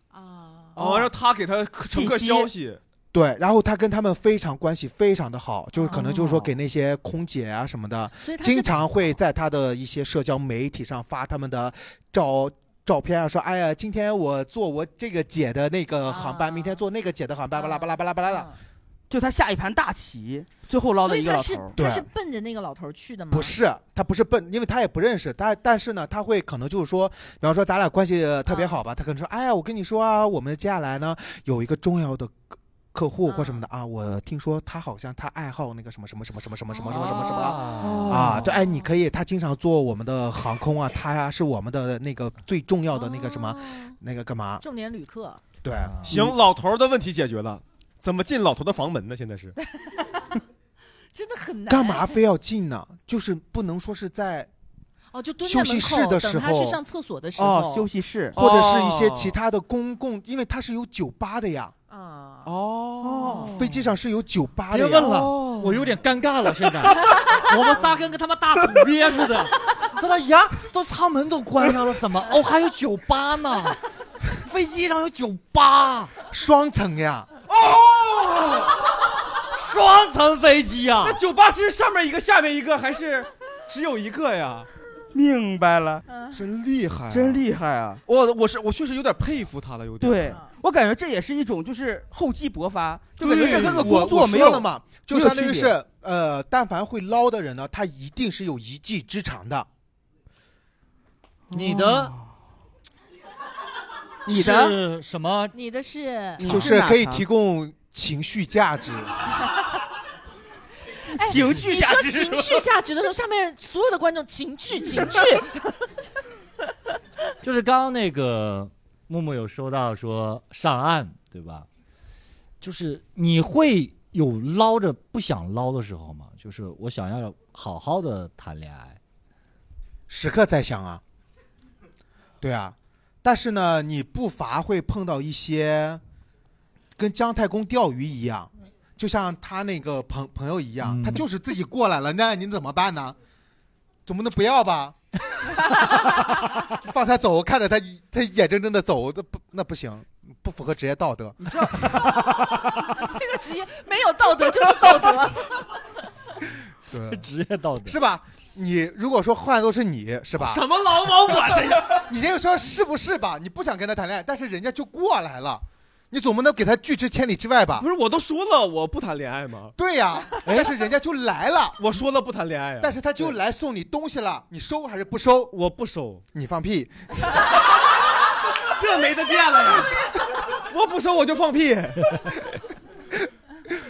啊，
啊，让他给他乘客消息，
对，然后他跟他们非常关系非常的好，就是可能就是说
哦
给那些空姐啊什么的，
所以他是哦
经常会在他的一些社交媒体上发他们的照照片啊，说哎呀，今天我坐我这个姐的那个航班，
啊
明天坐那个姐的航班，巴拉
啊
巴拉巴拉巴拉的。
啊
就他下一盘大棋，最后捞
所
了
以
一个
他
老
是
头。
对
他是奔着那个老头儿去的吗？
嗯
不是，他不是笨，因为他也不认识他，但是呢，他会可能就是说，比方说咱
嗯
俩关系特别好吧，他可能说，哎呀，我跟你说啊，我们接下来呢有一个重要的客户或什么的
嗯
啊，我听说他好像他爱好那个什么什么什么什么什么什么什么什么什么
哦
啊
啊，对，哎，你可以，他经常做我们的航空啊，他呀是我们的那个最重要的那个什
哦
么那个干嘛？
重点哦旅客。
对，
嗯
行，老头儿的问题解决了，怎么进老头的房门呢？现在是
真的很难。
干嘛非要进呢？就是不能说是在
哦，就蹲在门口
休息室的时候哦
等他去上厕所的时候，
哦息室
或者是一些
哦
其他的公共，因为它是有酒吧的呀。
啊
哦，
飞机上是有酒吧的
别
呀。
问了，哦我有点尴尬了。 [LAUGHS] 现在我们仨跟个他妈大土鳖似的，这他牙都舱门都关上了，怎么？哦，还有酒吧呢，飞机上有酒吧，
双层呀。
双层飞机啊
那！酒吧是上面一个，下面一个，还是只有一个呀？
明白了，
[LAUGHS] 真厉害、
真厉害啊！
我我是我确实有点佩服他了，有点。
对，我感觉这也是一种就是厚积薄发，就感觉
对
这跟个
我
工作
嗯我
没
说
有
了嘛，就相当于是呃，但凡会捞的人呢，他一定是有一技之长的。
你的
你的
哦是什么？
你的嗯是
你
就是
哪
可以
行
提供情绪价值。
情绪
哎你
价
说
值
情
[LAUGHS]
绪价值的时候，下面所有的观众情绪情绪， [LAUGHS]
就是刚刚那个木木有说到说上岸，对吧？就是你会有捞着不想捞的时候吗？就是我想要好好的谈恋爱，
时刻在想啊，对啊，但是呢，你不乏会碰到一些跟姜太公钓鱼一样，就像他那个朋朋友一样，
嗯，
他就是自己过来了，那你怎么办呢？总不能不要吧？ [LAUGHS] 放他走，看着他一他眼睁睁的走，那不那不行，不符合职业道德。
这个职业没有道德就是道德。 [LAUGHS]
对
职业道德
是吧？你如果说换做是你是吧？
什么老往我身上？
[LAUGHS] 你这个说是不是吧？你不想跟他谈恋爱，但是人家就过来了，你总不能给他拒之千里之外吧
不？是，我都说了我不谈恋爱吗？
对呀、
哎
但是人家就来了，
我说了不谈恋爱啊，
但是他就来送你东西了，你收还是不收？
我不收，
你放屁！
这没得变
[LAUGHS]
了呀。我不收我就放屁，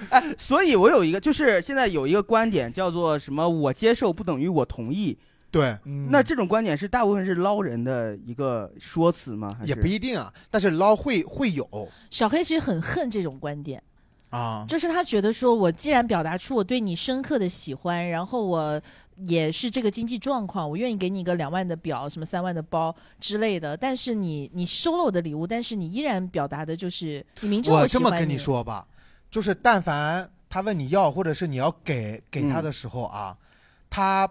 哎，所以我有一个就是现在有一个观点叫做什么？我接受不等于我同意。
对，
那这种观点是大部分是捞人的一个说辞吗？还是
也不一定啊，但是捞会会有
小黑其实很恨这种观点，
啊。
就是他觉得说我既然表达出我对你深刻的喜欢，然后我也是这个经济状况，我愿意给你一个两万的表，什么三万的包之类的，但是你你收了我的礼物，但是你依然表达的就是你明知道
我
喜
这
欢
么跟你，说吧，就是但凡他问你要，或者是你要给给
嗯
他的时候啊，他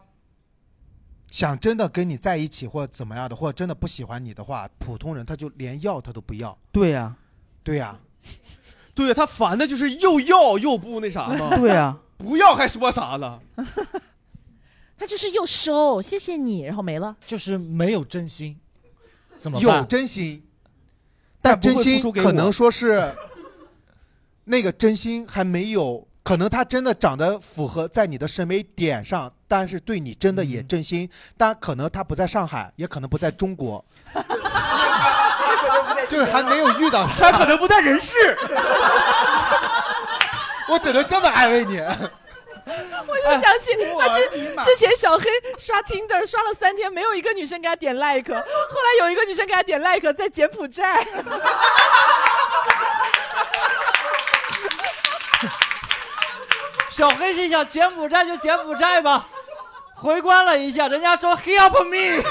想真的跟你在一起，或者怎么样的，或者真的不喜欢你的话，普通人他就连要他都不要。
对呀、
对呀、
对他烦的就是又要又不那啥
[LAUGHS]
嘛，
对呀、
不要还说啥了？
他就是又收，谢谢你，然后没了。
就是没有真心，怎么
有
办？
真心，
但不会
真心
付出给我
可能说是那个真心还没有，可能他真的长得符合在你的审美点上，但是对你真的
嗯
也真心，但可能他不在上海，也可能不在中国，就是还没有遇到他，
他可能不在人世。
[LAUGHS] 我只能这么安慰你。 [LAUGHS]
我想起
哎
他之之前小黑刷 Tinder 刷了三天，没有一个女生给他点 like，后来有一个女生给他点 like，在柬埔寨。
小黑心想，柬埔寨就柬埔寨吧。回关了一下，人家说 Help me，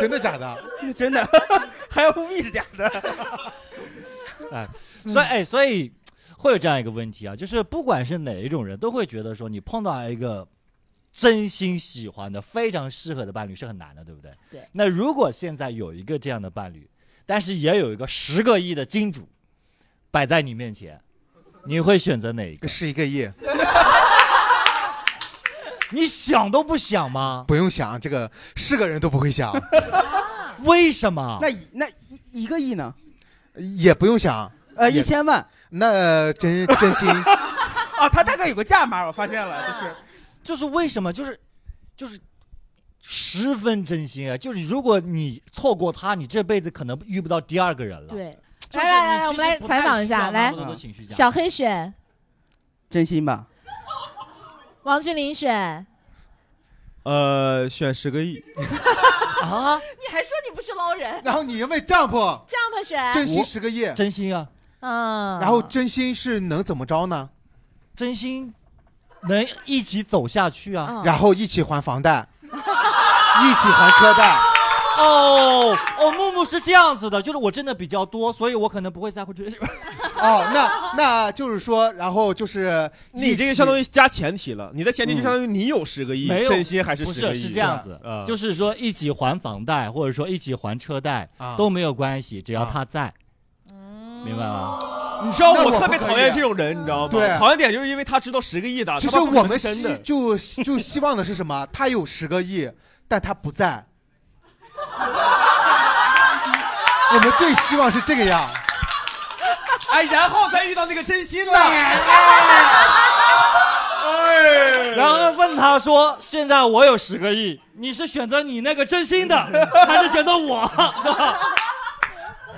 真的假的？
真的， [LAUGHS] 还要不密是假的。
所以哎，所以会有这样一个问题啊，就是不管是哪一种人，都会觉得说你碰到一个真心喜欢的、非常适合的伴侣是很难的，对不对？
对
那如果现在有一个这样的伴侣，但是也有一个十个亿的金主摆在你面前，你会选择哪一个？
是一个亿，
你想都不想吗？
不用想，这个是个人都不会想，
为什么？
那一那一一个亿呢？
也不用想。
呃，
啊也
一千万
那真真心，
啊，他大概有个价码，我发现了，就是
就是为什么？就是就是十分真心啊，就是如果你错过他，你这辈子可能遇不到第二个人
[LAUGHS]
了。
对，
就是
来来来，
你
我们
其实
来
不
采
太
访一
需
下，
要那
来
么多的情绪价值
小黑选，
真心吧，
王俊霖选。
呃，选十个亿，
[LAUGHS]
啊！
你还说你不是捞人
然后你因为丈夫
这样吧，选
真心十个亿，
真心啊，
哎嗯，
然后真心是能怎么着呢？
真心能一起走下去啊！
嗯
然后一起还房贷，一起还车贷。
哦哦，木木是这样子的，就是我真的比较多，所以我可能不会在乎 [LAUGHS] 这。
哦，那那就是说，然后就是
你这个相当于加前提了，你的前提就
嗯
相当于你有十个亿，
没有
真心还是
不
十个
是
亿？
是这样子，
啊
就是说一起还房贷，或者说一起还车贷、
啊
都没有关系，只要他在，明白吗？
你知道
那
我
我
特别
不可以
讨厌
啊
这种人，你知道吗？
对啊
讨厌点就是因为他知道十个亿的，
其实
他妈不可
我
能
们
是真
希
的。
就就希望的是什么？他有十个亿，但他不在。我们最希望是这个样。
[LAUGHS] 哎，然后才遇到那个真心的。哎，
然后问他说：“现在我有十个亿，你是选择你那个真 [LAUGHS] 心的，还是选择我？”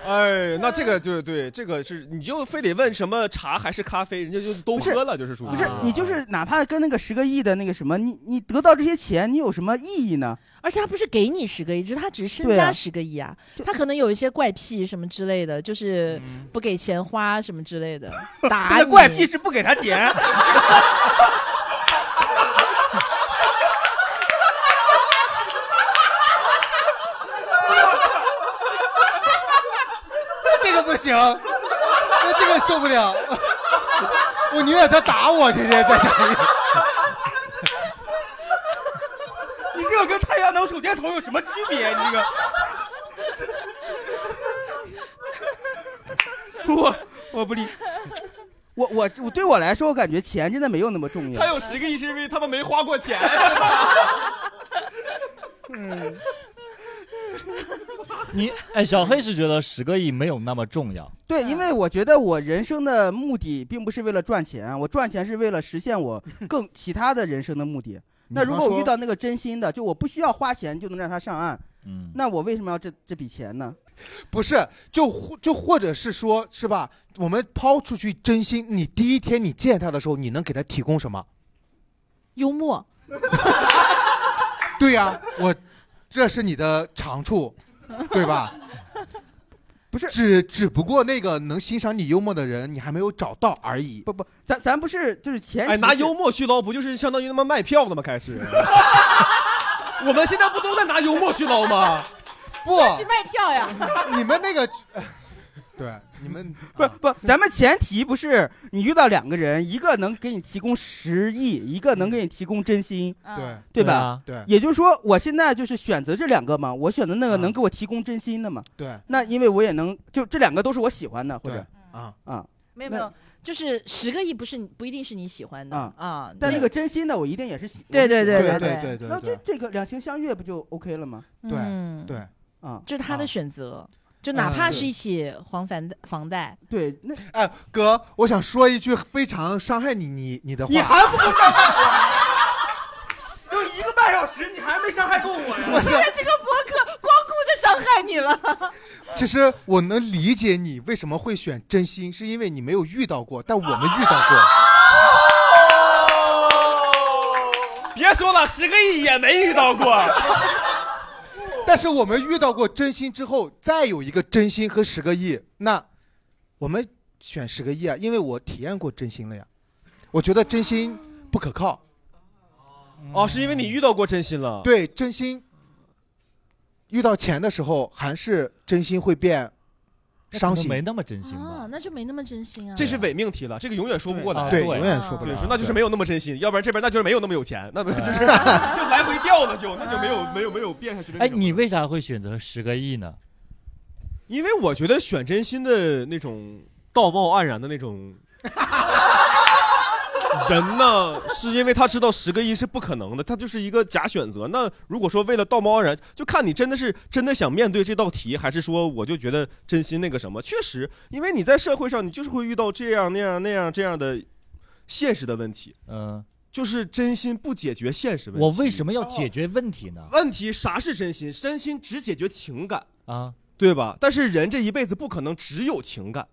哎，那这个就对，这个是你就非得问什么茶还是咖啡，人家就都
不是
喝了，就是属于
不是
啊
你就是哪怕跟那个十个亿的那个什么，你你得到这些钱，你有什么意义呢？
而且他不是给你十个亿，只是他只是身
对啊
家十个亿啊，他可能有一些怪癖什么之类的，就是
嗯
不给钱花什么之
[LAUGHS]
类的，打
哎
他
你
的怪癖是不给他钱， [LAUGHS]
那这个不行，那这个受不了。 [LAUGHS] 我宁愿他打我，天天在家里。
你这个跟太阳能手电筒有什么区别？你这个。 [LAUGHS] 我我不理，我我我对我来说，我感觉钱真的没有那么重要
他。有十个亿是因为他们没花过钱，
哎
你哎，小黑是觉得十个亿没有那么重要，
对，因为我觉得我人生的目的并不是为了赚钱，啊我赚钱是为了实现
[LAUGHS]
我更其他的人生的目的。那如果我遇到那个真心的，就我不需要花钱就能让他上岸，
嗯，
那我为什么要这这笔钱呢？
不是，就或就或者是说，是吧？我们抛出去真心，你第一天你见他的时候，你能给他提供什么？
幽默，
对呀、我这是你的长处，对吧？
不是
只只不过那个能欣赏你幽默的人，你还没有找到而已。
不不，咱咱不是就是钱，
哎，拿幽默去捞，不就是相当于他妈卖票的吗？
[LAUGHS]
开始，我们现在不都在拿幽默去捞吗？
不，
卖
[LAUGHS]
票呀，
你们那个，呃对，你们
不不，
嗯
咱们前提不是你遇到两个人，一个能给你提供十亿，一个能给
嗯
你提供真心，
嗯
对
对吧？
啊？
对
也就是说，我现在就是选择这两个嘛，我选择那个
嗯
能给我提供真心的嘛，
对
那因为我也能，就这两个都是我喜欢的，或
对
者
啊，
啊，
没有没有，就是十个亿不是你不一定是你喜欢
嗯
的
啊
啊，
但
对
那个真心的我一定也是喜，
对
我是喜欢
对
对
的
对对
那
对
就
对
这个两情相悦不就 OK 了吗？
对
嗯，
对。
啊，
就是他的
啊
选择，就哪
嗯
怕
对
是一起还房贷房贷，
对，那
哎，哥，我想说一句非常伤害你你你的
你
话，
还不够伤害我？
[LAUGHS]
就一个半小时，你还没伤害够我呀？
[LAUGHS] 不是，
[LAUGHS] 这个博客光顾着伤害你了，
其实我能理解你为什么会选真心，是因为你没有遇到过，但我们遇到过。
别说了，十个亿也没遇到过。
但是我们遇到过真心之后，再有一个真心和十个亿，那我们选十个亿啊，因为我体验过真心了呀。我觉得真心不可靠，
[LAUGHS] 哦，是因为你遇到过真心了。
对真心遇到钱的时候，还是真心会变
那可
伤
能
心
没，那么真心
啊
吧，？
那就没那么真心啊，
这是伪命题了，这个永远说不过
啊
来。
对，
对啊
永远说不
对，
了
说。那就是没有那么真心，要不然这边那就是没有那么有钱，那不
对
就
[LAUGHS]
是就来回掉了就，那就没有没有没有变下去的那
哎，
种。
你为啥会选择十个亿呢？
因为我觉得选真心的那种道貌岸然的那 [LAUGHS] 种人呢，是因为他知道十个亿是不可能的，他就是一个假选择。那如果说为了道貌岸然，就看你真的是真的想面对这道题，还是说我就觉得真心那个什么？确实，因为你在社会上，你就是会遇到这样那样那样这样的现实的问题。
嗯，
就是真心不解决现实问题。
我为什么要解决问题呢？
问题啥是真心？真心只解决情感，
啊，
对吧？但是人这一辈子不可能只有情感，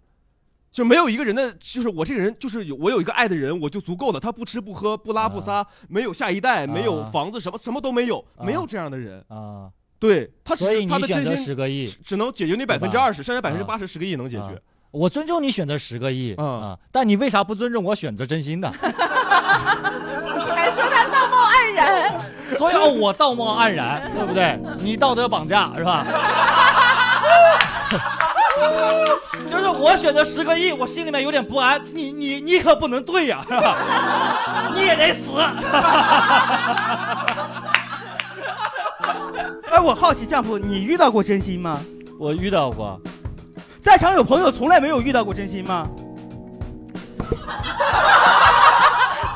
就没有一个人的，就是我这个人，就是有我有一个爱的人，我就足够了。他不吃不喝不拉不撒，没有下一代，没有房子，什么什么都没有，没有这样的人。
啊，
对他
所以
只他
你
的
选
真
择
心
十个亿，
只能解决你
对吧
百分之二十，剩下百分之
啊
八十十个亿能解决。
我尊重你选择十个亿啊，但你为啥不尊重我选择真心呢？ [LAUGHS]
还说他道貌岸然，
所以哦我道貌岸然，对不对？你道德绑架是吧？ [LAUGHS] 就是我选择十个亿，我心里面有点不安。你你你可不能对呀、是吧？ [LAUGHS] 你也得死。
哎，我好奇丈夫，你遇到过真心吗？
我遇到过，
在场有朋友从来没有遇到过真心吗？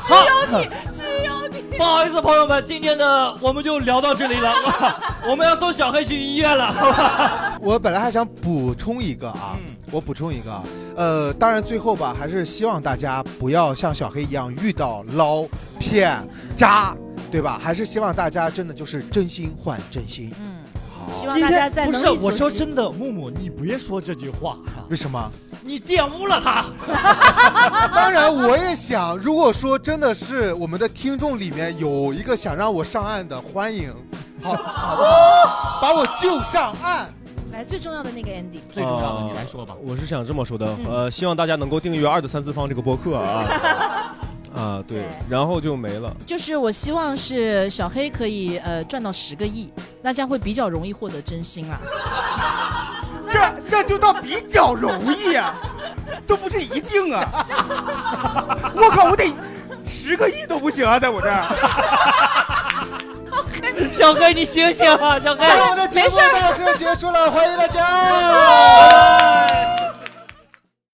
只有你，只有你。
不好意思，朋友们，今天的我们就聊到这里 [LAUGHS] 了。我们要送小黑去医院了，好吧？
我本来还想补充一个啊，我补充一个啊，呃，当然最后吧，还是希望大家不要像小黑一样遇到捞、骗、渣，对吧？还是希望大家真的就是真心换真心。
嗯，希望大家在
[LAUGHS] 不
能
是，
力
我
所
说
及。
真的，木木，你别说这句话，啊
为什么？
你玷污了他。
当然，我也想，如果说真的是我们的听众里面有一个想让我上岸的，欢迎，好，好不好？把我救上岸。
来，最重要的那个 ending。
最重要的，你来说吧。
啊我是想这么说的，呃，希望大家能够订阅二的三次方这个播客啊， [LAUGHS] 啊，对
对，
然后就没了。
就是我希望是小黑可以呃赚到十个亿，那这样会比较容易获得真心啦。
这这就倒比较容易啊， [LAUGHS] 都不是一定啊。我靠，我得十个亿都不行啊，在我这儿。
小黑，你醒 [LAUGHS] 醒啊，小黑。
今天的节目到此结束了，欢迎大家。